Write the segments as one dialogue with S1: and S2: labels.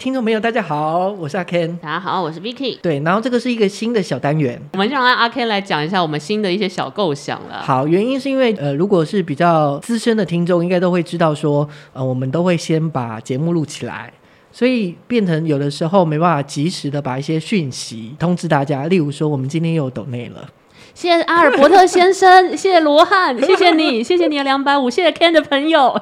S1: 听众朋友，大家好，我是阿 Ken。
S2: 大家好，我是 Vicky。
S1: 对，然后这个是一个新的小单元。
S2: 我们让阿 K 来讲一下我们新的一些小构想了。
S1: 好，原因是因为呃，如果是比较资深的听众，应该都会知道说，呃，我们都会先把节目录起来，所以变成有的时候没办法及时的把一些讯息通知大家。例如说，我们今天又有抖内了，
S2: 谢谢阿尔伯特先生，谢谢罗 汉，谢谢你，谢谢你的两百五，谢谢 Ken 的朋友。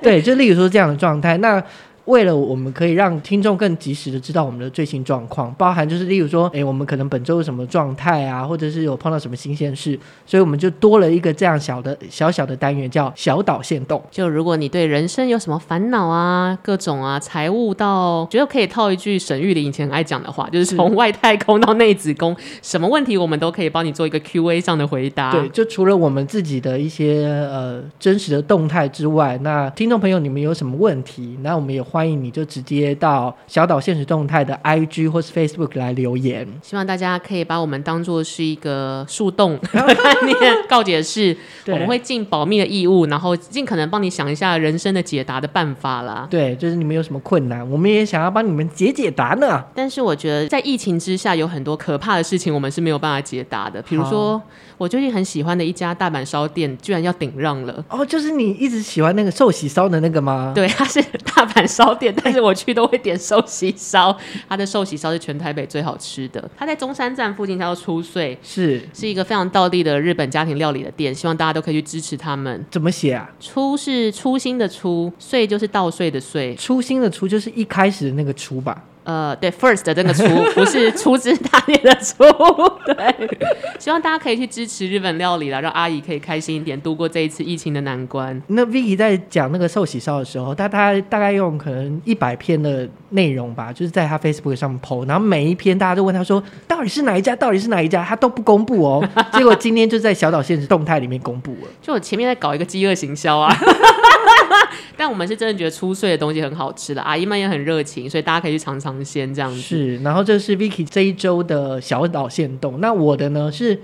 S1: 对，就例如说这样的状态。那为了我们可以让听众更及时的知道我们的最新状况，包含就是例如说，诶，我们可能本周有什么状态啊，或者是有碰到什么新鲜事，所以我们就多了一个这样小的小小的单元，叫小岛限动。
S2: 就如果你对人生有什么烦恼啊，各种啊，财务到，觉得可以套一句沈玉琳以前很爱讲的 话，就是从外太空到内子宫，什么问题我们都可以帮你做一个 Q&A 上的回答。
S1: 对，，就除了我们自己的一些呃真实的动态之外，那听众朋友你们有什么问题，那我们也欢迎你就直接到小岛现实动态的 IG 或是 Facebook 来留言。
S2: 希望大家可以把我们当做是一个树洞 的概念告解室，我
S1: 对
S2: 们会尽保密的义务，然后尽可能帮你想一下人生的解答的办法啦。
S1: 对，就是你们有什么困难，我们也想要帮你们解解答呢。
S2: 但是我觉得在疫情之下，有很多可怕的事情我们是没有办法解答的，比如说我最近很喜欢的一家大阪烧店居然要顶让 了。
S1: 哦，就是你一直喜欢那个寿喜烧的那个吗？
S2: 对，它是大阪烧店，但是我去都会点寿喜烧。它的寿喜烧是全台北最好吃的。它在中山站附近叫出穗，
S1: 是
S2: 是一个非常道地的日本家庭料理的店，希望大家都可以去支持他们。
S1: 怎么写啊？
S2: 初是初心的初，岁就是稻穗的穗。
S1: 初心的初就是一开始的那个初吧。
S2: 呃，对，first 的那个 初，不是粗枝大叶的 粗。对，希望大家可以去支持日本料理啦，让阿姨可以开心一点，度过这一次疫情的难关。
S1: 那 Vicky 在讲那个寿喜烧的时候，他他大概用可能一百篇的内容吧，就是在他 Facebook 上面 PO，然后每一篇大家都问他说，到底是哪一家，到底是哪一家，他都不公布哦。结果今天就在小岛现实动态里面公布了。
S2: 就我前面在搞一个饥饿行销啊。 但我们是真的觉得粗碎的东西很好吃的，阿姨们也很热情，所以大家可以去尝尝鲜 这样子。
S1: 是，然后这是 Vicky 这一周的小岛限动。那我的呢是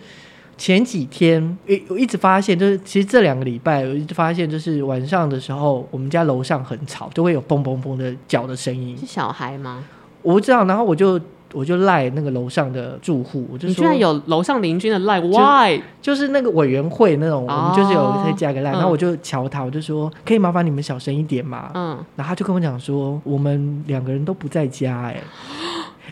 S1: 前几天，一我一直发现，就是其实这两个礼拜，我一直发现，就是晚上的时候，我们家楼上很吵，就会有嘣嘣嘣的脚的声音。
S2: 是小孩吗？
S1: 我不知道，然后我就我就赖那个楼上的住户，我就
S2: 你居
S1: 说
S2: 然，有楼上邻居的 like why？
S1: 就是那个委员会那种，我们就是有在加个赖，
S2: 哦
S1: 然后我就瞧他，我就说，可以麻烦你们小声一点吗？
S2: 嗯，
S1: 然后他就跟我讲说，我们两个人都不在家、哎。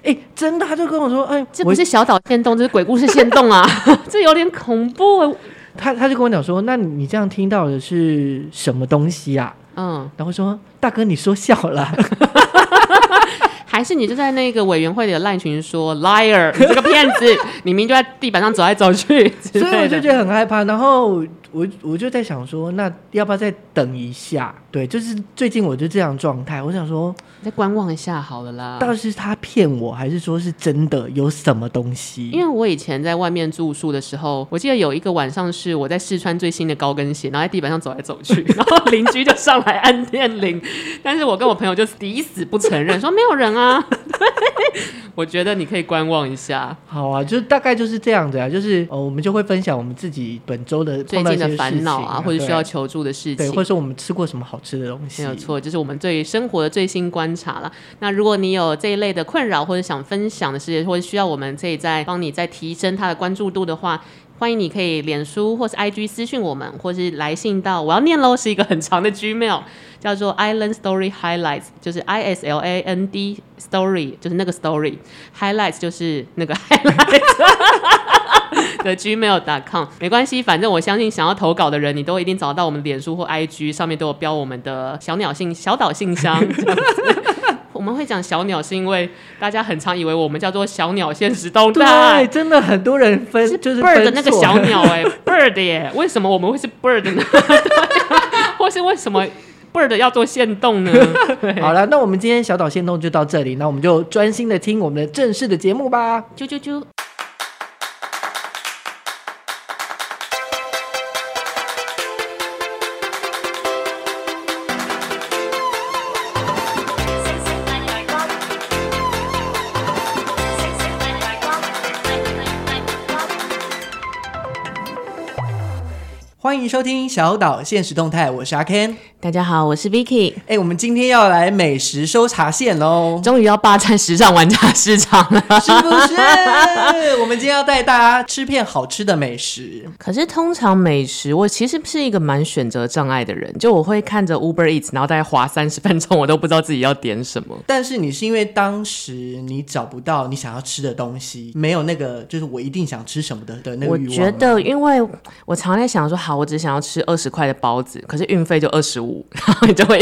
S1: 哎、真的，他就跟我说，哎、
S2: 这
S1: 我
S2: 不是小岛限动，这是鬼故事限动啊， 这有点恐怖欸。
S1: 他他就跟我讲说，那你这样听到的是什么东西啊？
S2: 嗯，
S1: 然后说大哥，你说笑 了，
S2: 还是你就在那个委员会里的烂群说 liar，你这个骗子， 你明明就在地板上走来走去之
S1: 所以我
S2: 类
S1: 就
S2: 的。
S1: 觉得很害怕。然后我我就在想说，那要不要再等一下？对，就是最近我就这样状态，我想说，
S2: 再观望一下好了啦。
S1: 到底是他骗我，还是说是真的有什么东
S2: 因
S1: 西？
S2: 为我以前在外面住宿的时候，我记得有一个晚上是我在试穿最新的高跟鞋，然后在地板上走来 走去，然后邻居就上来按电铃，但是我跟我朋友就抵死不承认，说没有 人啊。 对，我觉得你可以观望一下
S1: 好啊，就大概就是这样子啊，就是呃，我们就会分享我们自己本周的
S2: 最
S1: 碰到一
S2: 近
S1: 些
S2: 的
S1: 事
S2: 烦
S1: 情
S2: 恼啊，或者需要
S1: 对
S2: 求助的事
S1: 对，
S2: 情
S1: 或。者说我们吃过什么好吃的东西，
S2: 没有错，这是我们对于生活的最新观察了。那如果你有这一类的困扰，或者想分享的事情，或者需要我们可以再帮你再提升它的关注度的话，欢迎你可以脸书或是 IG 私讯我们，或是来信到我要念喽，是一个很长的 Gmail，叫做 Island Story Highlights，就是 I S L A N D Story，就是那个 Story，Highlights 就是那个 的 gmail.com 没关系，反正我相信想要投稿的人，你都一定找到我们脸书或 IG 上面都有标我们的小鸟信小岛信 箱。这样子我们会讲小鸟，是因为大家很常以为我们叫做小鸟现实动态
S1: 对，，真的很多人分就是
S2: bird
S1: 分
S2: 那个
S1: 错
S2: 小鸟哎、b i r d 耶，为什么我们会是 bird 呢？对啊或是为什么 bird 要做限动呢？
S1: 好了，那我们今天小岛线动就到这里，那我们就专心的听我们的正式的节目吧。
S2: 啾啾啾。
S3: 星星發亮光，星星發亮光，發發發光。
S1: 欢欢迎收听小岛现实动态，我是阿 Ken。
S2: 大家好，我是 Vicky，，
S1: 哎、我们今天要来美食搜查线喽
S2: 终于要霸占时尚玩家市场了。
S1: 是不是？ 我们今天要带大家吃遍好吃的美食。
S2: 可是通常美食，我其实是一个蛮选择障碍的人，就我会看着 Uber Eats，然后大概滑三十分钟，我都不知道自己要点什么。
S1: 但是你是因为当时你找不到你想要吃的东西，没有那个就是我一定想吃什么的的那个
S2: 我
S1: 欲望。
S2: 觉，得，因为我常在想说，好，我只想要吃二十块的包子，可是运费就二十五， 然后你就会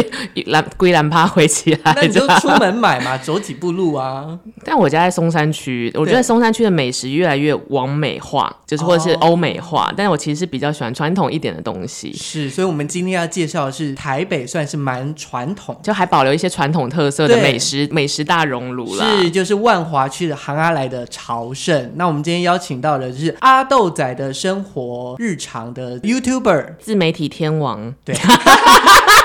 S2: 蓝归蓝趴回起来。
S1: 那你就
S2: 这样
S1: 出门买嘛，走几步路 啊。
S2: 但我家在松山区，我觉
S1: 对
S2: 得松山区的美食越来越往美化，就是或者是
S1: 哦
S2: 欧美化。但是我其实是比较喜欢传统一点的东西，
S1: 是，所以我们今天要介绍的是台北算是蛮传统。
S2: 就还保留一些传统特色的
S1: 对
S2: 美食，美食大熔炉啦。
S1: 是，就是万华区的杭阿来的朝圣。那我们今天邀请到的是阿豆仔的生活日常的 YouTuber。
S2: 自媒体天王，
S1: 对，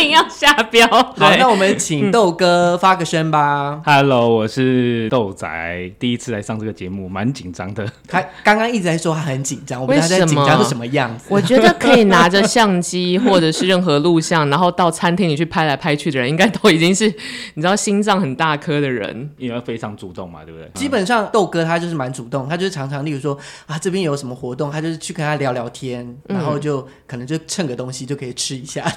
S2: 硬要下标。
S1: 好，那
S2: 对
S1: 我们请豆哥发个声吧。
S4: Hello，我是豆仔，第一次来上这个节目，蛮紧张的。
S1: 他刚刚一直在说他很紧张，我不知道他在
S2: 为什
S1: 紧
S2: 么
S1: 张是什么样子。
S2: 我觉得可以拿着相机或者是任何录像，然后到餐厅里去拍来拍去的人，应该都已经是你知道心脏很大颗的 人。
S4: 因为非常主动嘛，对不对？
S1: 基本上豆哥他就是蛮主动，他就是常常，例如说啊这边有什么活动，他就是去跟他聊聊天，然后就可能就蹭个东西就可以吃一下。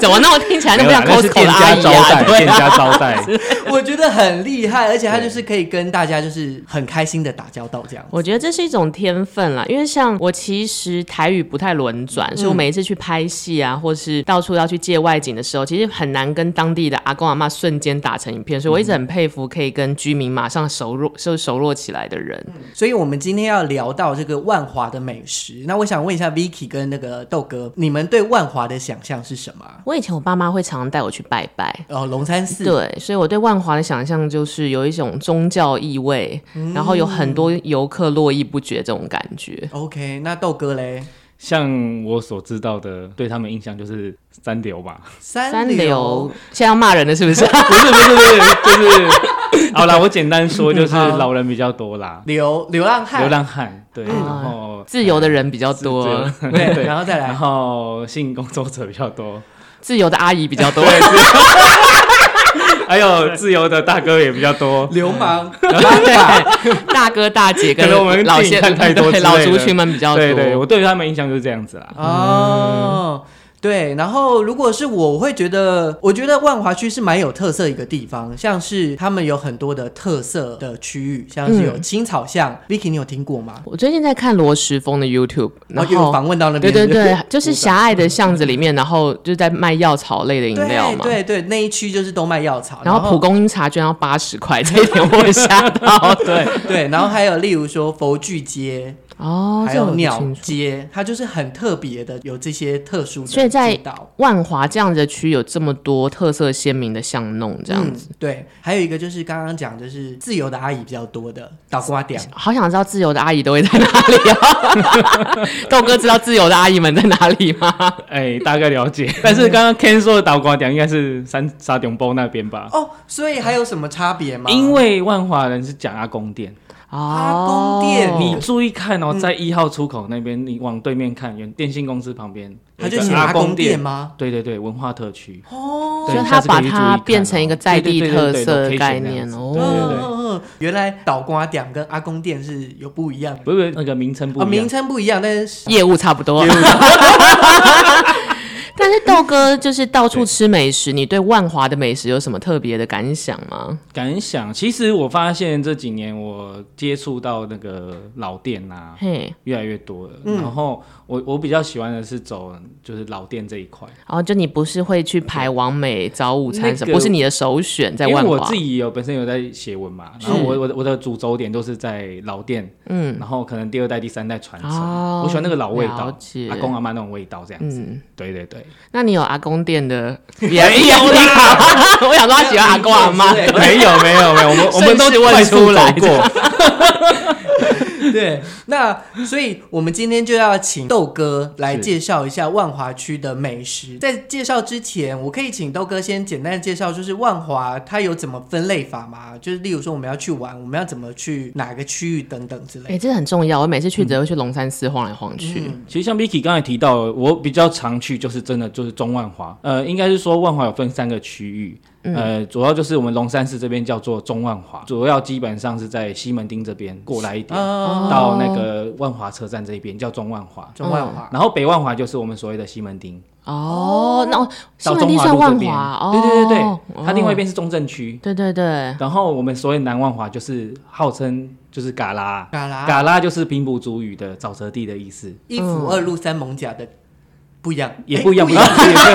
S2: 怎么那么听起来那
S4: 没有
S2: 么
S4: 啦
S2: 像
S4: 那是
S2: Costco
S4: 店
S2: 的阿
S4: 家招
S2: 姨啊？
S4: 待，
S2: 对
S4: 店
S2: 啊，
S4: 家招待。
S1: 我觉得很厉害，而且他就是可以跟大家就是很开心的打交道这样子。
S2: 我觉得这是一种天分啦，因为像我其实台语不太轮转，所以我每一次去拍戏啊，或是到处要去借外景的时候，其实很难跟当地的阿公阿妈瞬间打成一片，所以我一直很佩服可以跟居民马上熟络，就熟络起来的人。
S1: 所以，我们今天要聊到这个万华的美食。那我想问一下 Vicky 跟那个豆哥，你们对万华的想象是什么啊？
S2: 我以前我爸妈会常常带我去拜拜。
S1: 哦，龙山寺。
S2: 嗯对，所以我对万华的想象就是有一种宗教意味，然后有很多游客络绎不绝这种感觉。
S1: OK，那豆哥嘞？
S4: 像我所知道的，对他们印象就是三流吧，
S1: 三
S2: 三流，现在要骂人了是不 是？
S4: 不是不是不是，就是好啦，我简单说，就是老人比较多啦，
S1: 流流浪汉，
S4: 流浪汉对，然
S2: 啊
S4: 后
S2: 自由的人比较多，
S4: 自
S1: 对，
S4: 对，
S1: 然后再
S4: 然
S1: 来
S4: 后性工作者比较多，
S2: 自由的阿姨比 较多。
S4: 还有自由的大哥也比较多。
S1: 流氓，
S2: 对，大哥大姐跟
S4: 可能我们
S2: 老
S4: 电影
S2: 先
S4: 看太多
S2: 对
S4: 之
S2: 老
S4: 类
S2: 族
S4: 的
S2: 群们比较多。
S4: 对对，我对他们印象就是这样子啦。
S2: 嗯
S1: 哦。对，然后如果是我，我会觉得，我觉得万华区是蛮有特色一个地方，像是他们有很多的特色的区域，像是
S2: 嗯
S1: 有青草巷、v i c k y 你有听过吗？
S2: 我最近在看罗时峰的 YouTube，
S1: 然
S2: 然
S1: 后就哦有
S2: 后。
S1: 访问到那
S2: 对
S1: 边，
S2: 对对，就是狭隘的巷子里面，然后就在卖药草类的饮料嘛。
S1: 对对对，那一区就是都卖药草，
S2: 然后蒲公英茶居然要八十块，这一点我也吓到。 对，
S1: 对，然后还有例如说佛具街，
S2: 哦，
S1: 还
S2: 这我
S1: 有
S2: 不
S1: 鸟
S2: 清楚
S1: 街，它就是很特别的，有这些特殊的
S2: 所以在
S1: 街道
S2: 万华这样的区有这么多特色鲜明的巷弄，这样子、
S1: 嗯。对，还有一个就是刚刚讲，就是自由的阿姨比较多的倒瓜店。
S2: 好想知道自由的阿姨都会在哪里啊？ 豆哥知道自由的阿姨们在哪里吗？
S4: 哎，大概了解。 但是刚刚 Ken 说的导瓜点应该是三沙顶波那边吧？
S1: 哦，所以还有什么差别吗？
S4: 因为万华人是讲阿公店，
S1: 阿公店
S4: 你注意看哦，在一号出口那边，你往对面看，有电信公司旁边，
S1: 他
S4: 有
S1: 就
S4: 一
S1: 写
S4: 个
S1: 阿公店
S4: 店？
S1: 吗？
S4: 对对对，文化特区。
S1: 哦，
S4: 对
S2: 所以
S4: 下
S2: 他
S4: 次可
S2: 把
S4: 以去注意
S2: 它
S4: 看哦
S2: 变成一个在地
S4: 对对
S2: 特
S4: 对对
S2: 色的
S4: 对
S2: 概
S4: location 那
S2: 念
S4: 样子
S1: 嗯
S4: 对
S2: 哦。
S4: 对对
S1: 嗯嗯，原来倒瓜店跟阿公店是有不一样的，
S4: 不是不是那个名称不
S1: 哦，
S4: 一样
S1: 名，称不一样，但是
S2: 业务差不多。 但是豆哥就是到处吃美食，你对万华的美食有什么特别的感想吗？
S4: 感想。其实我发现这几年我接触到那个老店啊，
S2: 嘿，
S4: 越来越多了。
S2: 嗯
S4: 然后我我比较喜欢的是走就是老店这一块，
S2: 哦，就你不是会去排完美早午餐什么，
S4: 那个
S2: 不是你的首选在
S4: 因
S2: 万
S4: 为
S2: 华。
S4: 我自己有本身有在写文嘛，然后我我的我的主轴点都是在老店，
S2: 嗯
S4: 然后可能第二代、第三代传承，
S2: 哦
S4: 我喜欢那个老味
S2: 了
S4: 道
S2: 解，
S4: 阿公阿妈那种味道这样子。
S2: 嗯，
S4: 对对对，
S2: 那你有阿公店的也也有啦。 我想说他喜欢阿公 阿妈
S1: 没有，
S4: 没有没有没有，我们我们都
S2: 顺势问
S4: 快速
S2: 出
S4: 走
S2: 来
S4: 过，
S1: 对，那所以我们今天就要请豆哥来
S4: 是
S1: 介绍一下万华区的美食。在介绍之前，我可以请豆哥先简单地介绍，就是万华它有怎么分类法吗？就是例如说我们要去玩，我们要怎么去哪个区域等等之
S2: 哎、
S1: 类的。
S2: 这很重要。我每次去只会去龙山寺晃来晃去。
S4: 其实像 Vicky 刚才提到，我比较常去就是真的就是中万华，呃，应该是说万华有分三个区域，呃，主要就是我们龙山寺这边叫做中万华，主要基本上是在西门町这边过来一点，
S1: 哦
S4: 到那个万华车站这一边叫中万华，
S1: 中万华，
S4: 然后北万华就是我们所谓的西门町，
S2: 哦，那哦西
S4: 到
S2: 门
S4: 中
S2: 町
S4: 华
S2: 算
S4: 路
S2: 万
S4: 这边，
S2: 华，哦，
S4: 对对对对，它
S2: 哦
S4: 另外一边是中正区，
S2: 对对对，
S4: 然后我们所谓南万华就是号称就是嘎啦，
S1: 嘎啦，
S4: 嘎啦就是平埔族语的沼泽地的意思，
S1: 一府二路三艋甲的不一样，
S4: 嗯也
S1: 哎
S4: 不一样，
S1: 不
S4: 不
S1: 一
S4: 一
S1: 样。
S4: 样， 也不一样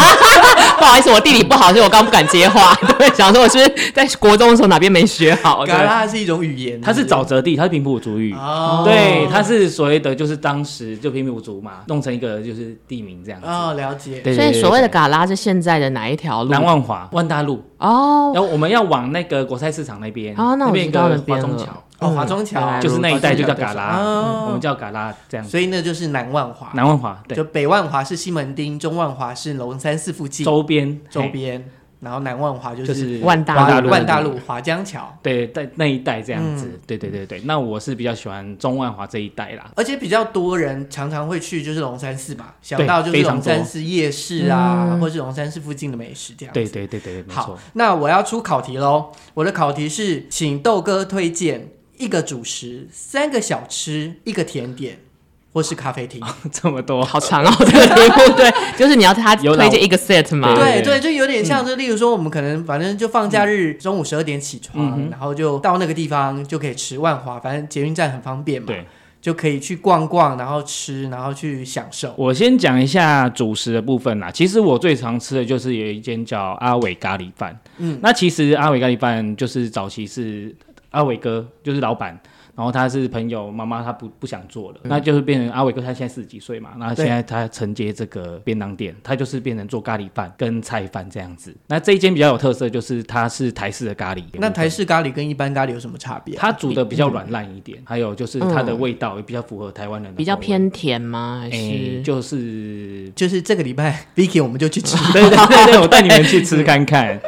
S2: 不好意思，我地理不好，所以我刚刚不敢接话。 对，想说我是不是在国中的时候哪边没学 好？对
S1: 嘎啦是一种语言，
S4: 它是沼泽地，它是平埔族语。
S1: 哦
S4: 对，它是所谓的，就是当时就平埔族嘛，弄成一个就是地名这样子。
S1: 哦，了解。
S4: 对，
S2: 所以
S4: 对
S2: 所谓的
S4: 对
S2: 嘎啦是现在的哪一条路？
S4: 南万华万大路，
S2: 哦，
S4: 然后我们要往那个国菜市场那边，
S2: 哦那我
S4: 边有
S2: 知道
S4: 个
S2: 那
S4: 华
S2: 边
S4: 中
S2: 了
S4: 桥，
S1: 哦，华中桥
S4: 就是那一带就
S1: 华
S4: 叫嘎
S1: 中桥
S4: 啦，
S1: 哦
S4: 嗯我们叫嘎啦这样子。
S1: 所以那就是南万华。
S4: 南万华对
S1: 就，北万华是西门町，中万华是龙山寺附近
S4: 周边
S1: 周
S4: 嘿
S1: 边，然后南万华就
S4: 就是是
S2: 万大
S1: 华
S2: 路
S1: 万大路嗯华江桥，
S4: 对，在那一带这样子，对对对对。那我是比较喜欢中万华这一带啦，
S1: 而且比较多人常常会去就是龙山寺吧，想
S4: 对
S1: 到就是
S4: 非常
S1: 龙山
S4: 多
S1: 寺夜市啊，或是龙山寺附近的美食这样子。
S4: 对对对对，没
S1: 好
S4: 错。，
S1: 那我要出考题喽。我的考题是，请豆哥推荐一个主食、三个小吃、一个甜点，或是咖啡厅。
S4: 这么多，
S2: 好长哦， 这个题目对，就是你要他
S4: 有啦
S2: 推荐一个 set 嘛？
S4: 对嗯
S1: 对对，就有点像，就例如说，我们可能反正就放假日中午十二点起
S4: 嗯
S1: 床，
S4: 哼
S1: 然后就到那个地方就可以吃万华，反正捷运站很方便嘛
S4: 对，。
S1: 就可以去逛逛，然后吃，然后去享受。
S4: 我先讲一下主食的部分啦。其实我最常吃的就是有一间叫阿伟咖喱饭。
S1: 嗯
S4: 嗯，那其实阿伟咖喱饭就是早期是阿伟哥，就是老板。然后他是朋友妈妈，他不不想做了，那就是变成阿伟哥，他现在四十几岁嘛，那
S1: 嗯对
S4: 现在他承接这个便当店，他就是变成做咖喱饭跟菜饭这样子。那这一间比较有特色，就是它是台式的咖喱。
S1: 那台式咖喱跟一般咖喱有什么差别啊？
S4: 它煮的比较软烂一点，还有就是它
S1: 嗯
S4: 的味道也比较符合台湾人的口味，
S2: 比较偏甜吗？还
S4: 诶、
S2: 是
S4: 就是
S1: 就是这个礼 拜 Vicky 我们就去吃
S4: 对对对对，我带你们去吃看看。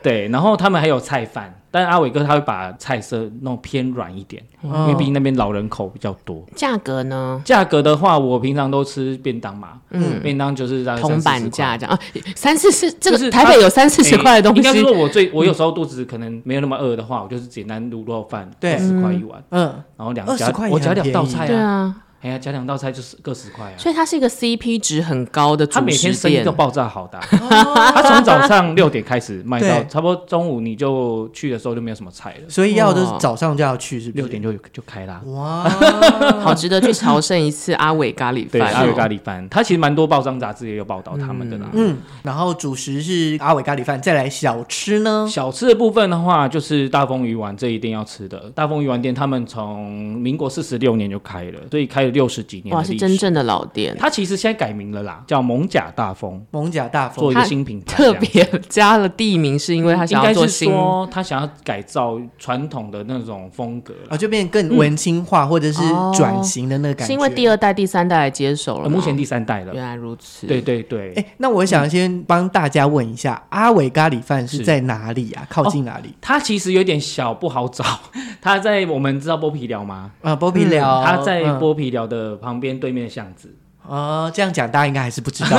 S4: 对，然后他们还有菜饭，但阿伟哥他会把菜色弄偏软一点，
S2: 哦
S4: 因为毕竟那边老人口比较多。
S2: 价格呢？
S4: 价格的话，我平常都吃便当嘛，嗯，便当就是在
S2: 铜板价这样啊，三四十，这
S4: 就
S2: 个
S4: 是
S2: 台
S4: 它
S2: 北有三四十块的东
S4: 哎应该
S2: 西
S4: 说，我最我有时候肚子可能没有那么饿的话，我就是简单卤肉饭，
S1: 对
S4: 十块一碗，
S1: 嗯，
S4: 然后两
S1: 20
S4: 加
S1: 块
S4: 我
S1: 也很
S4: 加两道菜
S2: 对
S4: 啊，
S2: 啊，
S4: 哎呀，加两道菜就是各十块啊。
S2: 所以它是一个 CP 值很高的
S4: 他
S2: 主
S4: 每天
S2: 食
S4: 生意
S2: 店
S4: 都。爆炸 好大，他从早上六点开始卖到
S1: 对
S4: 差不多中午，你就去的时候就没有什么菜了。
S1: 所以要就是
S2: 哇
S1: 早上就要去，是不是
S4: 六点就就开啦。
S2: 嗯
S1: 哇，
S2: 好值得去朝圣一次阿伟咖喱
S4: 对，
S2: 饭哦。
S4: 阿伟咖喱饭，他其实蛮多报章杂志也有报道他们的啦。
S1: 嗯，然后主食是阿伟咖喱饭，再来小吃
S2: 嗯
S1: 呢？
S4: 小吃的部分的话，就是大丰鱼丸，这一定要吃的。大丰鱼丸店他们从民国四十六年就开了，所以开了六十几年
S2: 哇，
S4: 的
S2: 是
S4: 历
S2: 真
S4: 史。
S2: 正的老店，
S4: 它其实现在改名了啦，叫蒙甲大丰，
S1: 蒙甲大
S4: 做
S1: 风
S4: 一个
S2: 它
S4: 新品牌这
S2: 特
S4: 样子。
S2: 别加了地名，是因为他
S4: 应
S2: 想要
S4: 该
S2: 做
S4: 是
S2: 新。
S4: 说他想要改造传统的那种风格啦
S1: 啊，。就变更
S4: 嗯
S1: 文青化或者是
S2: 哦
S1: 转型的那个感觉。
S2: 是因为第二代、第三代来接手了吗、
S4: 呃目前第三代 了。
S2: 原来如此，
S4: 对，对对，
S1: 哎、那我想先帮大家问一下，阿伟咖喱饭是
S4: 嗯是哦
S1: 在哪里啊？靠近哪里？
S4: 它其实有点小不好找。 它在我们知道剥皮寮吗？
S1: 啊，剥皮寮，
S4: 它在
S1: 嗯
S4: 剥皮寮的旁边对面的巷子。
S1: 哦，这样讲大家应该还是不知 道。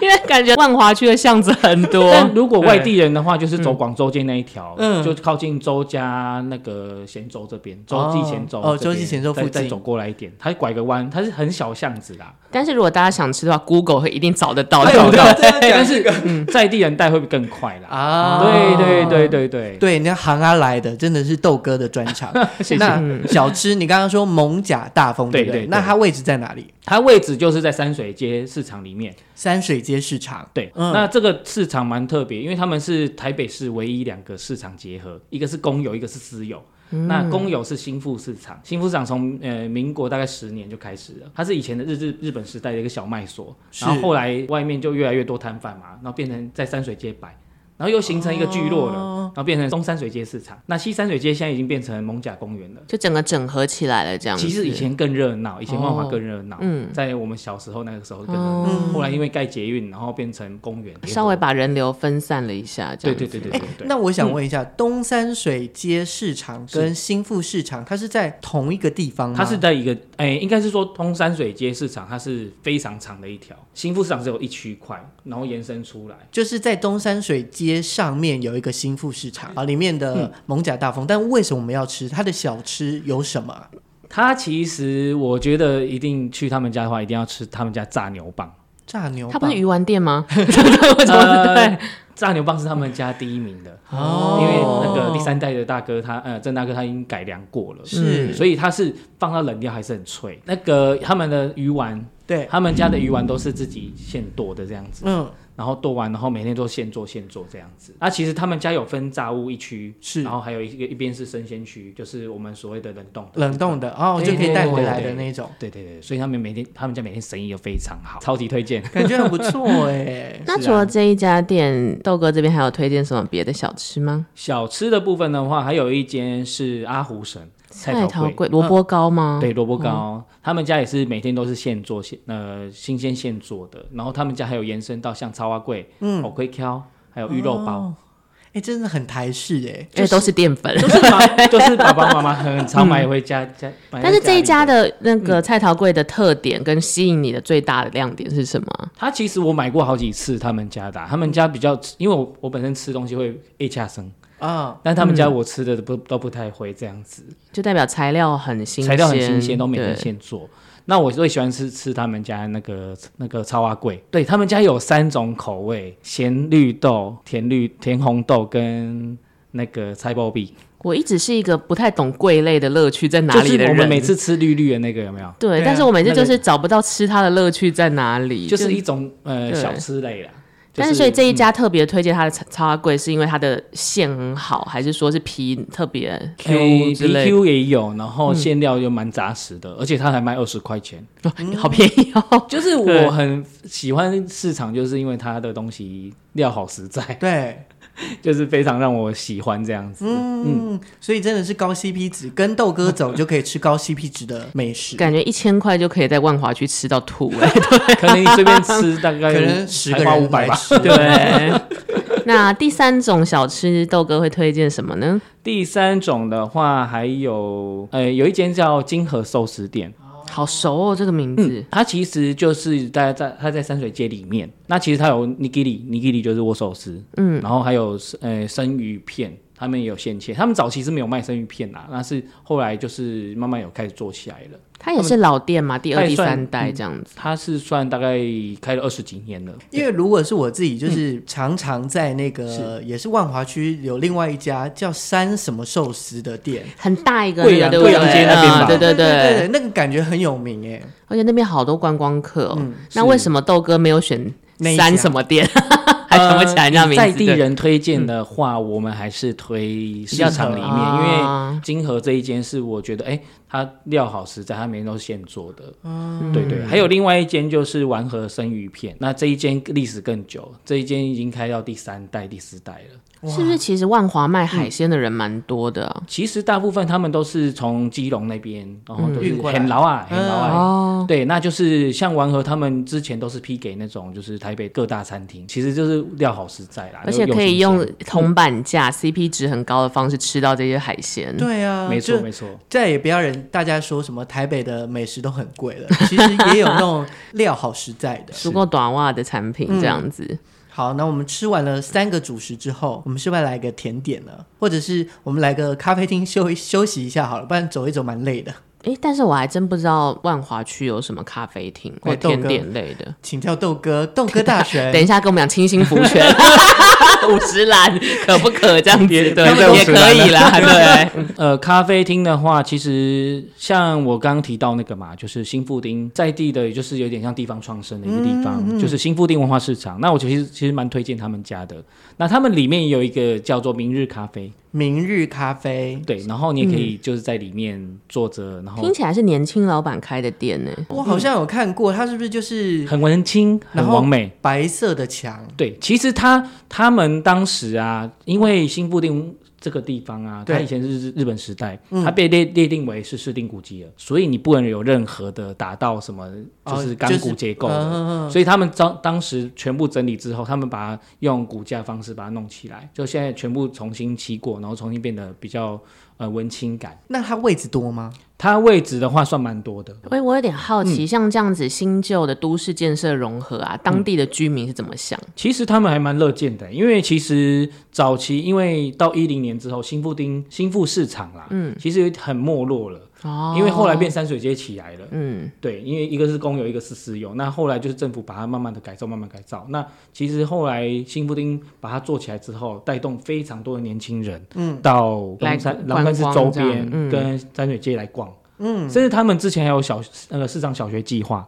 S2: 因为感觉万华区的巷子很 多，
S4: 但如果外地人的话，就是走广州街那一条，
S1: 哦嗯
S4: 就靠近周家那个咸州这边，洲际咸州
S1: 哦
S4: 这
S1: 洲
S4: 边
S1: 际咸州附近
S4: 再再走过来一点，它拐个弯，它是很小巷子啦，
S2: 但是如果大家想吃的话，Google 会一定找得
S1: 哦
S2: 到，
S4: 哎
S2: 对不
S4: 我知
S2: 对
S4: 道？
S1: 但是
S4: 嗯，在地人带会更快啦。
S1: 啊，
S4: 对对对对对，
S1: 对，那行啊来的真的是豆哥的专场。
S4: 谢谢。
S1: 那小吃，你刚刚说蒙甲大风，
S4: 对
S1: 不
S4: 对对
S1: 那它位置在哪里？
S4: 它位置就是在山水街市场里面，
S1: 山水街市场。
S4: 对，
S1: 嗯
S4: 那这个市场蛮特别，因为他们是台北市唯一两个市场结合，一个是公有，一个是私有。那公有是新富市场，新富市场从呃民国大概十年就开始了，它是以前的日日日本时代的一个小卖所，
S1: 是
S4: 然后后来外面就越来越多摊贩嘛，然后变成在山水街摆，然后又形成一个聚落了。
S2: 哦，
S4: 然后变成东山水街市场。那西山水街现在已经变成蒙甲公园了。
S2: 就整个整合起来了这样子。
S4: 其实以前更热闹，以前万华
S1: 哦
S4: 更热闹，
S2: 嗯
S4: 在我们小时候那个时候更热闹。
S2: 哦
S4: 后来因为盖捷运，然后变成公园，
S2: 稍微把人流分散了一下，这
S4: 对
S2: 样子
S4: 对对对
S1: 哎
S4: 对，对。嗯
S1: 那我想问一下，东山水街市场跟新富市场，它是在同一个地方吗？
S4: 它是在一个，哎、应该是说通山水街市场，它是非常长的一条，新富市场只有一区块，然后延伸出来。
S1: 就是在东山水街上面有一个新富市
S4: 嗯
S1: 场啊，里面的蒙甲大风。但为什么我们要吃它的小吃有什么啊？
S4: 它其实我觉得一定去他们家的话，一定要吃他们家炸牛棒。
S1: 炸牛
S2: 它
S1: 蒡
S2: 不是鱼丸店 吗？ 对我怎么知
S4: 呃
S2: 对？。
S4: 炸牛棒是他们家第一名的，
S1: 哦
S4: 因为那个第三代的大哥他，呃，郑大哥他已经改良过了，
S1: 是
S4: 所以它是放到冷掉还是很脆。那个他们的鱼丸，
S1: 对，
S4: 他们家的鱼丸都是自己现剁的这样子，
S1: 嗯，
S4: 然后剁完，然后每天都现做现做这样子。那、其实他们家有分炸物一区，
S1: 是
S4: 然后还有一个一边是生鲜区，就是我们所谓的冷冻的。
S1: 冷冻的哦，就
S4: 对
S1: 可以
S4: 对
S1: 带
S4: 对
S1: 回
S4: 对
S1: 来
S4: 对
S1: 的那种，
S4: 对对对，所以他们每天他们家每天生意都非常好，超级推荐。
S1: 感觉很不错哎
S2: 那除了这一家店，豆哥这边还有推荐什么别的小吃吗？
S4: 小吃的部分的话，还有一间是阿胡神菜
S2: 桃
S4: 头粿，
S2: 粿、萝卜糕吗？
S4: 对萝卜糕，他们家也是每天都是现做现呃新鲜现做的，然后他们家还有延伸到像超蛙粿、嗯、藕龟挑，还有鱼肉包。
S1: 哎，真的很台式哎，
S2: 因为都是淀粉。
S4: 都是妈，就是爸爸妈妈很常买回家家。买在
S2: 但是这一
S4: 里
S2: 家
S4: 的，
S2: 的那
S4: 嗯
S2: 个菜桃粿的特点跟吸引你的最大的亮点是什么啊？
S4: 他其实我买过好几次他们家的啊、
S2: 嗯
S4: 他们家比较，因为我我本身吃东西会 A 恰生，
S2: 哦
S1: 啊，
S4: 但他们家我吃的不、都不太会这样子，
S2: 就代表材料很新鲜，
S4: 材料很新鲜，都每
S2: 对
S4: 天现做。那我最喜欢吃吃他们家那个那个超蛙贵，对他们家有三种口味：咸绿豆、甜绿甜红豆跟那个菜包币。
S2: 我一直是一个不太懂桂类的乐趣在哪
S4: 就是
S2: 里的
S4: 我
S2: 人，
S4: 们每次吃绿绿的那个有没有？
S2: 对，
S1: 对啊
S2: 但是我每次
S4: 那个
S2: 就是找不到吃它的乐趣在哪里，
S4: 就是一种呃
S2: 对
S4: 小吃类啦。就
S2: 但是所以这一
S4: 嗯
S2: 家特别推荐它的超阿贵，是因为它的馅很好，还是说是皮特别 Q
S4: 诶
S2: 之类
S4: BQ 也有，然
S1: 嗯
S4: 后馅料又蛮扎实的，而且它还卖二十块钱。
S2: 的？ 好便宜哦！
S4: 嗯
S1: 嗯
S4: 就是
S2: 对
S4: 我很喜欢市场，就是因为它的东西料好实在，
S1: 对，
S4: 就是非常让我喜欢这样子。
S1: 嗯，所以真的是高 CP 值，跟豆哥走就可以吃高 CP 值的美食，
S2: 感觉一千块就可以在万华区吃到吐哎、
S4: 可能你随便吃大概
S1: 可能十个
S4: 五
S1: 人
S4: 百
S1: 来
S4: 吧。
S1: 吃，
S2: 对。 那第三种小吃，豆哥会推荐什么呢？
S4: 第三种的话，还有呃，有一间叫金河寿司店，
S2: 好熟哦，这个名字。
S4: 它其实就是在在它在山水街里面。那其实它有 nigiri，nigiri 就是握寿司，嗯，然后还有呃生鱼片，他们也有现切。他们早期是没有卖生鱼片啦，那是后来就是慢慢有开始做起来了。
S2: 它也是老店嘛，第二、
S4: 它
S2: 第
S4: 也算
S2: 三代这样子。
S4: 它是算大概开了二十几年了，
S1: 因为如果是我自己，
S4: 嗯
S1: 就是常常在那个也是万华区有另外一家叫山什么寿司的店，
S2: 很大一个
S4: 贵
S2: 那
S4: 阳
S2: 个，对不对
S4: 贵阳街那边吧
S2: 嗯对对
S1: 对
S2: 对，
S1: 那个感觉很有名哎。
S2: 而且那边好多观光客哦。那
S4: 嗯是
S2: 为什么豆哥没有选
S1: 那一
S2: 三
S1: 家
S2: 什么店？ 还想不起嗯来人家
S4: 呃
S2: 名字。
S4: 在地
S2: 对嗯
S4: 人推荐的话，我们还是推市场里面，
S2: 合
S4: 因
S2: 啊
S4: 为金河这一间是我觉得，哎、它料好实在，它每天都是现做的。对对。还有另外一间就是丸和生鱼片，那这一间历史更久，这一间已经开到第三代、第四代了。
S2: 是不是其实万华卖海鲜的人蛮多的啊？
S4: 其实大部分他们都是从基隆那边，
S2: 嗯
S4: 然后都是
S1: 运过来
S4: 很老啊，很老啊，
S2: 哦，
S4: 对，那就是像丸和他们之前都是批给那种就是台北各大餐厅，其实就是料好实在啦，
S2: 而且
S4: 又
S2: 可以
S4: 又
S2: 用
S4: 啊新鲜
S2: 铜板价、CP 值很高的方式吃到这些海鲜。
S1: 对啊，
S4: 嗯没错
S1: 就
S4: 没错，
S1: 再也不要人大家说什么台北的美食都很贵了，其实也有那种料好实在的。
S2: 足够短袜的产品
S4: 嗯
S2: 这样子，
S1: 好，那我们吃完了三个主食之后，我们是不是要来个甜点呢？或者是我们来个咖啡厅休休息一下好了，不然走一走蛮累的。
S2: 诶，但是我还真不知道万华区有什么咖啡厅或
S1: 哎豆
S2: 甜
S1: 哥
S2: 点类的。
S1: 请教豆哥，豆哥 大神
S2: 等一下跟我们讲清新福泉，五十岚可不可这样子？对，
S4: 别再
S2: 也
S4: 50
S2: 可
S4: 岚
S2: 以啦，对。
S4: 呃，咖啡厅的话，其实像我刚刚提到那个嘛，就是新富町在地的，也就是有点像地方创生的一个地方，就是新富町文化市场。那我其实其实蛮推荐他们家的。那他们里面有一个叫做明日咖啡，
S1: 明日咖啡，
S4: 对，然后你也可以就是在里面坐着，然后
S2: 听起来是年轻老板开的店呢、
S1: 我好像有看过，它是不是就是
S4: 很文青，
S1: 然
S4: 很
S1: 后
S4: 完美。
S1: 白色的墙？
S4: 对，其实他他们当时啊，因为新布丁这个地方啊，
S1: 对
S4: 它以前是日日本时代，
S1: 嗯
S4: 它被列列定为是市定古迹了，所以你不能有任何的达到什么就是钢骨结构
S1: 哦哦就是
S4: 的。
S1: 嗯嗯嗯
S4: 所以他们当当时全部整理之后，他们把它用骨架方式把它弄起来，就现在全部重新漆过，然后重新变得比较呃文青感。
S1: 那它位置多吗？
S4: 它位置的话算蛮多的，
S2: 喂，我有点好奇，像这样子新旧的都市建设融合啊，当地的居民是怎么想？
S4: 其实他们还蛮乐见的，因为其实早期因为到一零年之后，新富町新富市场啦，嗯，其实很没落了，
S2: 哦
S4: 因为后来变山水街起来了。
S2: 嗯，
S4: 对，因为一个是公有，一个是私有，那后来就是政府把它慢慢的改造，慢慢改造。那其实后来新富町把它做起来之后，带动非常多的年轻人，
S1: 嗯，
S4: 到
S2: 来
S4: 龙山、
S2: 观
S4: 龙山市
S2: 光
S4: 周
S2: 这样
S4: 边
S2: 嗯
S4: 跟山水街来逛，
S1: 嗯，
S4: 甚至他们之前还有小那个市场小学计划，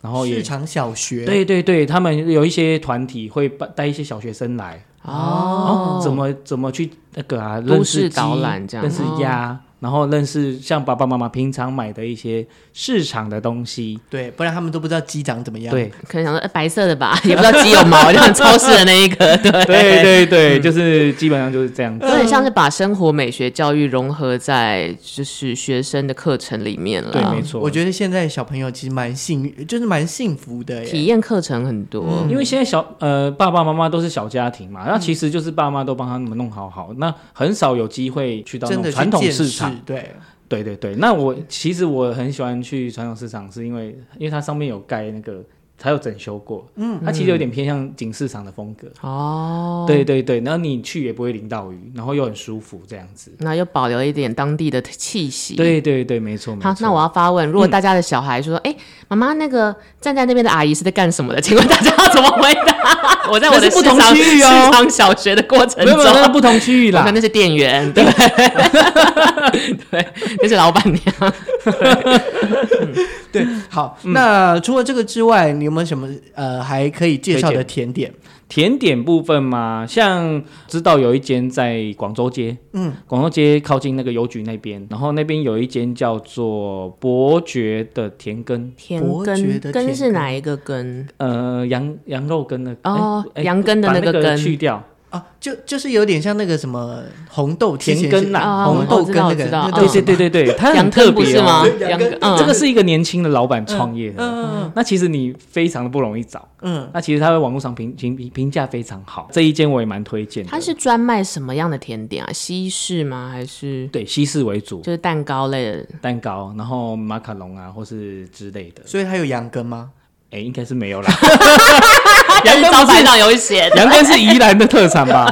S4: 然后也
S1: 市场小学，，
S4: 对对对，他们有一些团体会把带一些小学生来，
S2: 哦，
S4: 怎么怎么去那个啊，
S2: 都
S4: 认
S2: 市
S4: 识鸡
S2: 导览这样哦
S4: 认识鸭，然后认识像爸爸妈妈平常买的一些市场的东西。
S1: 对，不然他们都不知道机长怎么样。，
S4: 对
S2: 可能想说、呃白色的吧，也不知道鸡有毛，就像超市的那一个，对，
S4: 对对对，就是基本上就是这样 子。
S2: 有点像是把生活美学教育融合在就是学生的课程里面了，
S4: 对，没错。
S1: 我觉得现在小朋友其实蛮幸运，就是蛮幸福的耶。
S2: 体验课程很多，
S4: 嗯因为现在小呃爸爸妈妈都是小家庭嘛，那其实就是爸妈都帮他们弄好好，那很少有机会去到那
S1: 真
S4: 种
S1: 的
S4: 传
S1: 去
S4: 统
S1: 见
S4: 市
S1: 识
S4: 场。，
S1: 对，
S4: 对对对，那我其实我很喜欢去传统市场，是因为因为它上面有盖那个，它有整修过，嗯，它其实有点偏向景市场的风格。
S2: 哦，
S4: 对对对，然后你去也不会淋到雨，然后又很舒服这样子。
S2: 那又保留一点当地的气息，
S4: 对对对，没错没错。嗯
S2: 好，那我要发问：如果大家的小孩说：“哎、妈妈，那个站在那边的阿姨是在干什么的？”请 问大家要怎么回答？ 我在我的
S4: 那是不同
S2: 市场
S4: 区域哦
S2: 市场小学的过程
S4: 呃没有
S2: 中，
S4: 没有，那不同区域
S2: 我
S4: 啦
S2: 跟。那是店员， 对对，那是老板娘。
S1: 对，好。
S4: 嗯
S1: 那除了这个之外，你有没有什么呃还可以介绍的甜点？
S4: 甜点部分嘛，像知道有一间在广州街，
S1: 嗯，
S4: 广州街靠近那个邮局那边，然后那边有一间叫做伯爵的甜羹，
S2: 田
S1: 伯爵的
S2: 根
S1: 田
S2: 根是
S1: 根
S2: 哪一个根？
S4: 呃，羊羊肉羹的
S2: 哦
S4: 哎哎
S2: 羊羹的
S4: 把
S2: 那个
S4: 那
S2: 羹
S4: 去掉。
S1: 啊，就就是有点像那个什么红豆之前
S4: 甜羹啊
S1: 是
S2: 哦
S1: 红豆羹那
S2: 我
S1: 个，
S2: 知道
S1: 那个
S2: 我知道
S4: 对
S1: 叫什
S4: 对
S1: 么
S4: 对对对，它
S2: 羊
S4: 很
S2: 羹
S4: 特
S2: 不
S4: 别
S2: 是
S4: 哦
S2: 吗。？
S1: 对羊
S2: 羊
S1: 羹
S2: 羹，嗯，
S4: 这个是一个年轻的老板创业的，
S1: 嗯
S4: 那其实你非常的不容易找。
S1: 嗯，
S4: 那其实他在网络上评评评评价非常好，这一间我也蛮推荐的。
S2: 它是专卖什么样的甜点啊？西式吗？还是
S4: 对西式为主，
S2: 就是蛋糕类的？
S4: 蛋糕，然后马卡龙啊，或是之类的。
S1: 所以它有羊羹吗？
S4: 哎，应该是没有啦。
S2: 它是招牌上有写的。
S4: 羊羹是宜兰的特产吧？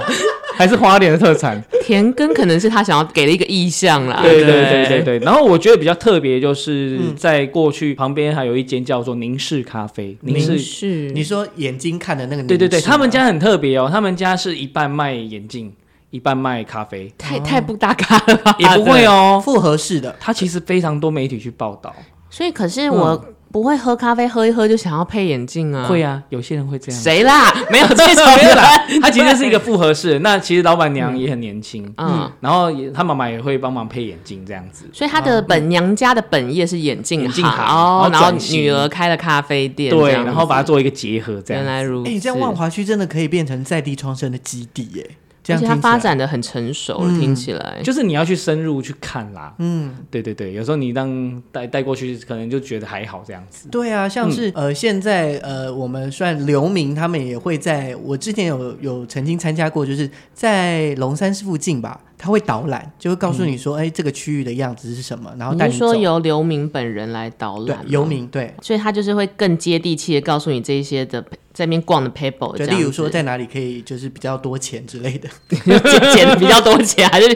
S4: 还是花莲的特产？
S2: 田根可能是他想要给的一个意向啦。
S4: 对
S2: 啊对嗯
S4: 对对对对。然后我觉得比较特别，就是在过去旁边还有一间叫做宁氏咖啡，宁
S2: 凝
S4: 氏。
S2: 视
S1: 你说眼睛看的那个，
S4: 对对对，他们家很特别哦，他们家是一半卖眼镜，一半卖咖啡，
S2: 太太不搭嘎了吧？
S4: 哦也不会哦。
S1: 复合式的，
S4: 它其实非常多媒体去报道，
S2: 所以可是我不会喝咖啡，喝一喝就想要配眼镜啊。
S4: 会
S2: 啊，
S4: 啊，有些人会这样。
S2: 谁啦？没有这种
S4: 没有
S2: 人
S4: 啦，它其实是一个复合式。那其实老板娘也很年轻，
S2: 嗯。
S4: 然后也她妈妈也会帮忙配眼镜这样子。
S2: 所以他的本娘家的本业是眼镜
S4: 眼镜行
S2: 哦，然
S4: 然
S2: 后
S4: 后转型
S2: 女儿开了咖啡店，
S4: 对，
S2: 这样子
S4: 然后把它做一个结合这
S2: 原
S4: 样。
S2: 来如
S1: 哎、
S2: 此。
S1: 你这样万华区真的可以变成在地创生的基地耶，这
S2: 而
S1: 样
S2: 且
S1: 听
S2: 它
S1: 起来
S2: 发，展的很成熟了，
S1: 嗯
S2: 听起来
S4: 就是你要去深入去看啦。
S1: 嗯，
S4: 对对对，有时候你让带带过去，可能就觉得还好这样子。
S1: 对啊，像
S2: 嗯
S1: 是、呃现在呃我们算刘明他们也会在，我之前有有曾经参加过，就是在龙山寺附近吧，他会导览，就会告诉你说，哎、这个区域的样子是什么，然后带
S2: 嗯你
S1: 你
S2: 是
S1: 走。
S2: 说由刘明本人来导
S1: 对
S2: 览吗，
S1: 游民对。
S2: 所以他就是会更接地气的告诉你这一些的在那边逛的 paper，
S1: 对，
S2: 这样
S1: 例如
S2: 子
S1: 说在哪里可以就是比较多钱之类的，
S2: 捡捡比较多钱，还是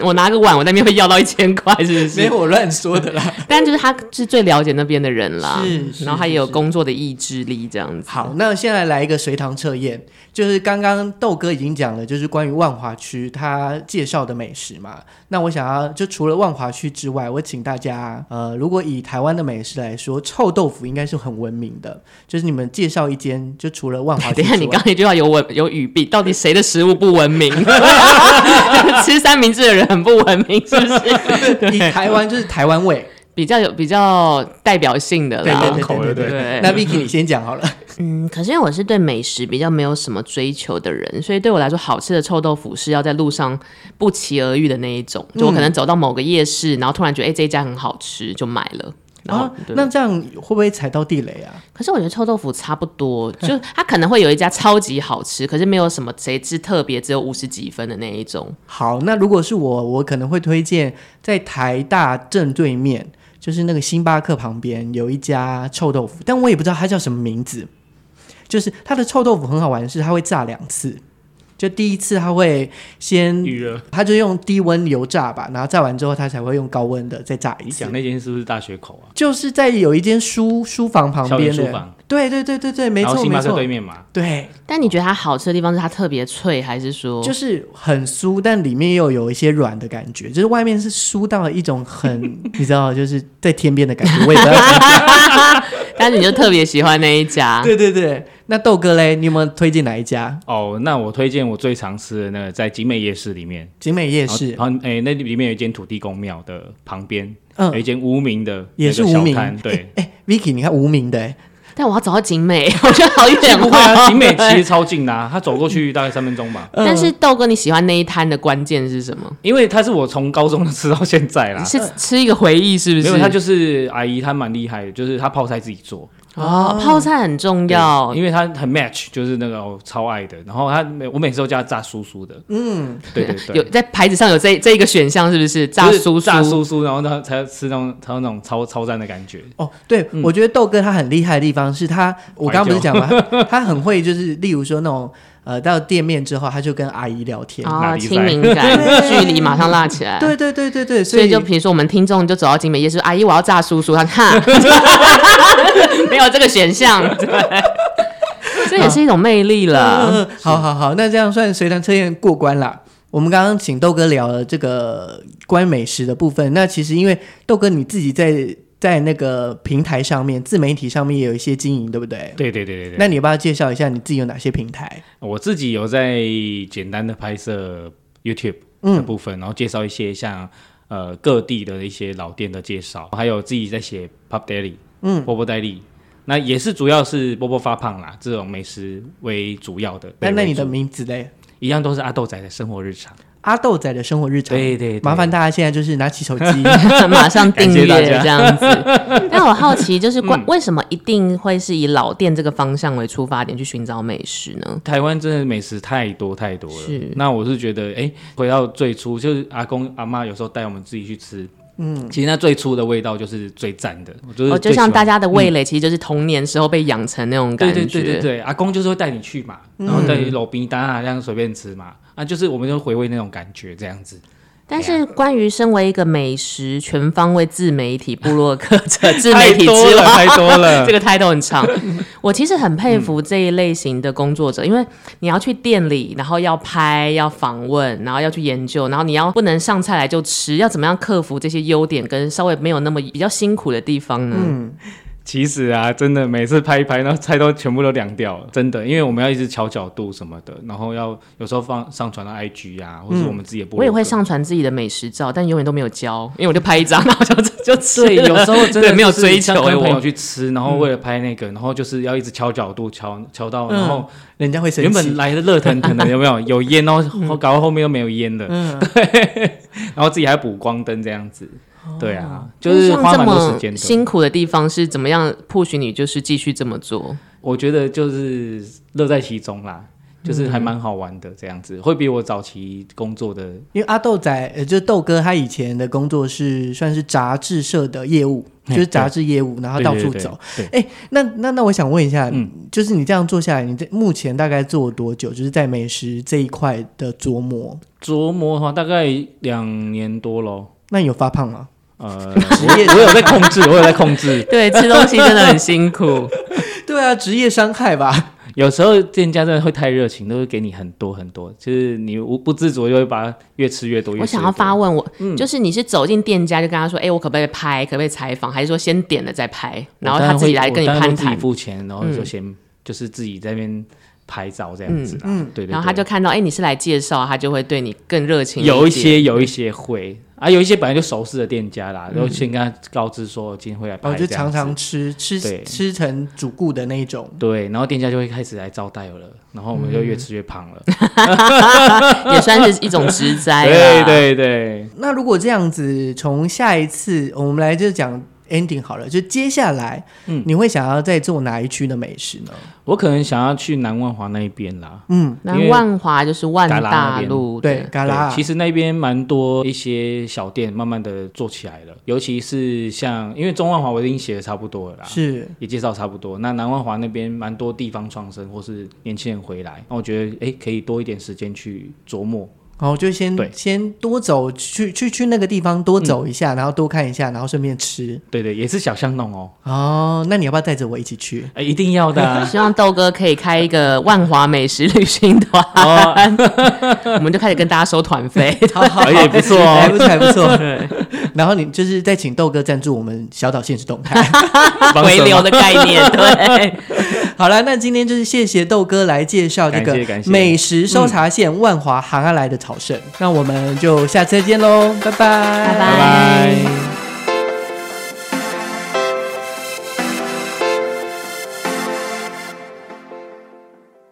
S2: 我拿个碗，我那边会要到一千块， 是不
S1: 没
S2: 是？
S1: 有我乱说的啦。
S2: 但就是他是最了解那边的人啦，
S1: 是是
S2: 然后他也有
S1: 是
S2: 工作的意志力，这样子。
S1: 好，那现在来一个随堂测验，就是刚刚豆哥已经讲了，就是关于万华区他介绍的美食嘛。那我想要就除了万华区之外，我请大家，呃，如果以台湾的美食来说，臭豆腐应该是很文明的，就是你们介绍一间，就除了万华区
S2: 等一
S1: 之
S2: 下，
S1: 外，
S2: 你刚才一句话有文有语弊，到底谁的食物不文 明？吃三明治的人很不文明，是不是？
S1: 以台湾就是台湾 味，
S2: 比较有比较代表性的
S1: 对
S2: 啦。
S1: 对
S5: 口
S1: 对对
S5: 了对
S1: 对对。
S2: 对
S1: 那 Vicky 你先讲好了，
S2: 嗯，可是因为我是对美食比较没有什么追求的人，所以对我来说，好吃的臭豆腐是要在路上不期而遇的那一种。就我
S4: 嗯
S2: 可能走到某个夜市，然后突然觉得哎、这一家很好吃，就买了。 然后，
S1: 啊
S2: 对
S1: 那这样会不会踩到地雷啊？
S2: 可是我觉得臭豆腐差不多， 就它可能会有一家超级好吃，可是没有什么谁之特别，只有五十几分的那一种。
S1: 好，那如果是我，我可能会推荐在台大正对面，就是那个星巴克旁边有一家臭豆腐，但我也不知道它叫什么名字。就是它的臭豆腐很好玩，是它会炸两次。就第一次它会先，
S5: 预热。
S1: 它就用低温油炸吧，然后炸完之后它才会用高温的再炸一
S4: 你
S1: 次
S4: 讲。那间是不是大学口啊？
S1: 就是在有一间书书房旁
S4: 校园
S1: 边
S4: 书
S1: 的，
S4: 房，
S1: 对对对对对，没
S4: 然后
S1: 错
S4: 星
S1: 没
S4: 巴克
S1: 错
S4: 对，面嘛，
S1: 对，
S2: 但你觉得它好吃的地方是它特别脆，还是说
S1: 就是很酥，但里面又有一些软的感觉，就是外面是酥到一种很， 你知道，就是在天边的感觉。我也不知道。
S2: 但是你就特别喜欢那一 家？
S1: 对对对，那豆哥嘞，你有没有推荐哪一家？
S4: 哦，那我推荐我最常吃的那个在景美夜市里面，
S1: 景美夜市，
S4: 然后哎、那里面有一间土地公庙的旁边，
S1: 嗯
S4: 有一间无名的，
S1: 也是无名
S4: 对。
S1: 哎、v i c k y 你看无名的、哎
S2: 但我要走到景美， 我觉得好远、哦。
S4: 不会啊，景美 其实嗯超近的、啊，他走过去大概三分钟吧。
S2: 但是豆哥，你喜欢那一摊的关键是什么？
S4: 因为他是我从高中吃到现在啦，
S2: 是吃一个回忆，是不
S4: 没
S2: 是？
S4: 有他就是阿姨，她蛮厉害的，就是她泡菜自己做，啊
S2: 哦，泡菜很重要
S4: 对。因为她很 match，就是那个我超爱的。然后她每我每次都叫她炸酥酥的，嗯，对对对，
S2: 有在牌子上有这这一个选项，是不是？炸
S4: 就是
S2: 酥
S4: 炸
S2: 酥，
S4: 酥酥，然后她才吃那种才有那种超超赞的感觉。
S1: 哦，对，
S2: 嗯
S1: 我觉得豆哥他很厉害的地方是他，我刚刚不是讲 吗？他他很会，就是例如说那种，呃，到店面之后，他就跟阿姨聊天。
S4: 哪
S2: 哦，
S4: 里在
S2: 亲民 感，距离马上拉起来。
S1: 对对对对对，所
S2: 所以
S1: 以
S2: 就比如说我们听众就走到景美夜市，阿姨我要炸叔叔，他 哈，没有这个选项，对，这也是一种魅力了。
S1: 嗯 好好好，那这样算随团测验过关啦。我们刚刚请豆哥聊了这个关于美食的部分，那其实因为豆哥你自己在在那个平台上面、自媒体上面也有一些经营，对不对？
S4: 对对对对对。
S1: 那你要不要介绍一下你自己有哪些平台？
S4: 我自己有在简单的拍摄 YouTube 的部分，然后介绍一些像呃各地的一些老店的介绍，还有自己在写 Pop Daily，嗯，波波 Daily，那也是主要是波波发胖啦，这种美食为主要的。
S1: 那
S4: 对
S1: 那你的
S4: 为主
S1: 名字嘞？
S4: 一样都是阿豆仔的生活日常。
S1: 阿豆仔的生活日常。
S4: 对对对
S1: 麻烦大家现在就是拿起手机。
S2: 马上订阅
S4: 感谢大家嗯
S2: 这样子，但我好奇，就是关、为什么一定会是以老店这个方向为出发点去寻找美食呢？
S4: 台湾真的美食太多太多了
S2: 是。
S4: 那我是觉得，哎、回到最初，就是阿公阿妈有时候带我们自己去吃。嗯，其实那最初的味道就是最赞的，我就是
S2: 哦，
S4: 最
S2: 就
S4: 喜欢
S2: 像大家的味蕾，其实就是童年时候被养成那种感
S4: 对
S2: 觉。
S4: 对对对对，阿公就是会带你去嘛，
S2: 嗯
S4: 然后带你搂冰当啊，这样随便吃嘛，啊，就是我们就回味那种感觉这样子。
S2: 但是关于身为一个美食全方位自媒体部落客者、自媒体之王，
S4: 太多 了
S2: 这个 title 很长。我其实很佩服这一类型的工作者，因为你要去店里，然后要拍、要访问，然后要去研究，然后你要不能上菜来就吃，要怎么样克服这些优点跟稍微没有那么比较辛苦的地方呢？
S4: 其实啊，真的每次拍一拍，然后菜都全部都凉掉了，真的，因为我们要一直调角度什么的，然后要有时候放上传到 IG 啊，或者我们自己的部落格
S2: 嗯我也会上传自己的美食照，但永远都没有交，因为我就拍一张，然后就就吃了。
S4: 对， 有哎时候 真的
S2: 对没有
S4: 就是
S2: 追
S4: 像
S2: 求
S4: 跟
S2: 欸我
S4: 朋友去吃，然后为了拍那个，然后就是要一直敲角度，敲敲到，然
S2: 嗯
S4: 后
S1: 人家会生气。
S4: 原本来的热腾腾的，有没有？有烟， 然
S2: 嗯
S4: 后搞到后面都没有烟了， 对，然后自己还补光灯这样子，对啊，就是
S2: 哦像
S4: 花
S2: 这
S4: 蛮多
S2: 么
S4: 时间的。
S2: 辛苦的地方是怎么样 push 你就是继续这么做？
S4: 我觉得就是乐在其中啦，
S2: 嗯
S4: 就是还蛮好玩的这样子，会比我早期工作的
S1: 因为阿豆仔，呃，就是豆哥，他以前的工作是算是杂志社的业务，就
S4: 嘿
S1: 是杂志业务，然后到处走。哎、那那那，我想问一下，
S4: 嗯
S1: 就是你这样做下来，你这目前大概做了多久？就是在美食这一块的琢磨，
S4: 琢磨的话，大概两年多咯。
S1: 那你有发胖 吗？
S4: 呃，
S1: 职业
S4: 我我有在控制，我有在控制，
S2: 对，吃东西真的很辛苦。
S1: 对啊，职业伤害吧。
S4: 有时候店家真的会太热情，都会给你很多很多，就是你无不自主就会把它越吃越多。越
S2: 我
S4: 吃越
S2: 想要
S4: 多
S2: 发问我，
S4: 嗯
S2: 就是你是走进店家就跟他说，哎、我可不可以拍，可不可以采访，还是说先点了再拍，然后
S4: 我当
S2: 他自己
S4: 会
S2: 来跟你
S4: 我当然
S2: 攀
S4: 会自己
S2: 谈？
S4: 付钱，然后就
S2: 嗯
S4: 先、就是自己在那边拍照这样子啦。
S1: 嗯
S4: 嗯
S1: 嗯，
S4: 对对
S2: 然后他就
S4: 对
S2: 看到，哎、你是来介绍，他就会对你更热情接。
S4: 有一些有一些会啊，有一些本来就熟识的店家啦，
S2: 嗯
S4: 然后先跟他告知说今天会来
S1: 然
S4: 拍
S1: 后
S4: 这
S1: 哦就
S4: 样
S1: 常
S4: 子，
S1: 常吃吃
S4: 对
S1: 吃成主顾的那一种。
S4: 对，然后店家就会开始来招待我了，然后我们就越吃越胖
S2: 嗯
S4: 了。
S2: 也算是一种职灾啦
S4: 对对对，
S1: 那如果这样子，从下一次我们来就讲 ending 好了，就接下来，
S4: 嗯
S1: 你会想要再做哪一区的美食呢？
S4: 我可能想要去南万华那一边啦。
S1: 嗯，
S2: 那
S4: 因为
S2: 万华就是万
S4: 嘎啦那
S2: 大
S4: 边
S2: 路，
S1: 对，，嘎啦，
S4: 对，其实那边蛮多一些小店慢慢的做起来了，尤其是像因为中万华我已经写的差不多了啦，
S1: 是
S4: 也介绍差不多。那南万华那边蛮多地方创生或是年轻人回来，那我觉得诶可以多一点时间去琢磨。
S1: 然后就先
S4: 对嗯
S1: 先多走去去去那个地方多走一下，然后多看一下，然后顺便吃。
S4: 对对，也是小香农哦，
S1: 哦，那你要不要带着我一起 去？
S4: 哎、一定要 的、啊。
S2: 希望豆哥可以开一个万华美食旅行 团，
S4: 哦
S2: 我们就开始跟大家收团费。
S1: 好好
S4: 哎也不错哦
S1: 还不错，还不 错。然后你就是再请豆哥赞助我们小岛现实动 态。
S4: 帮
S2: 回
S4: 什
S2: 流
S4: 么
S2: 的概念，对，
S1: 好了，那今天就是谢谢豆哥来介绍这个
S4: 感谢感谢
S1: 美食搜查线万啊华行阿来的草圣，那我们就下次再见喽，拜拜，
S2: 拜
S4: 拜拜。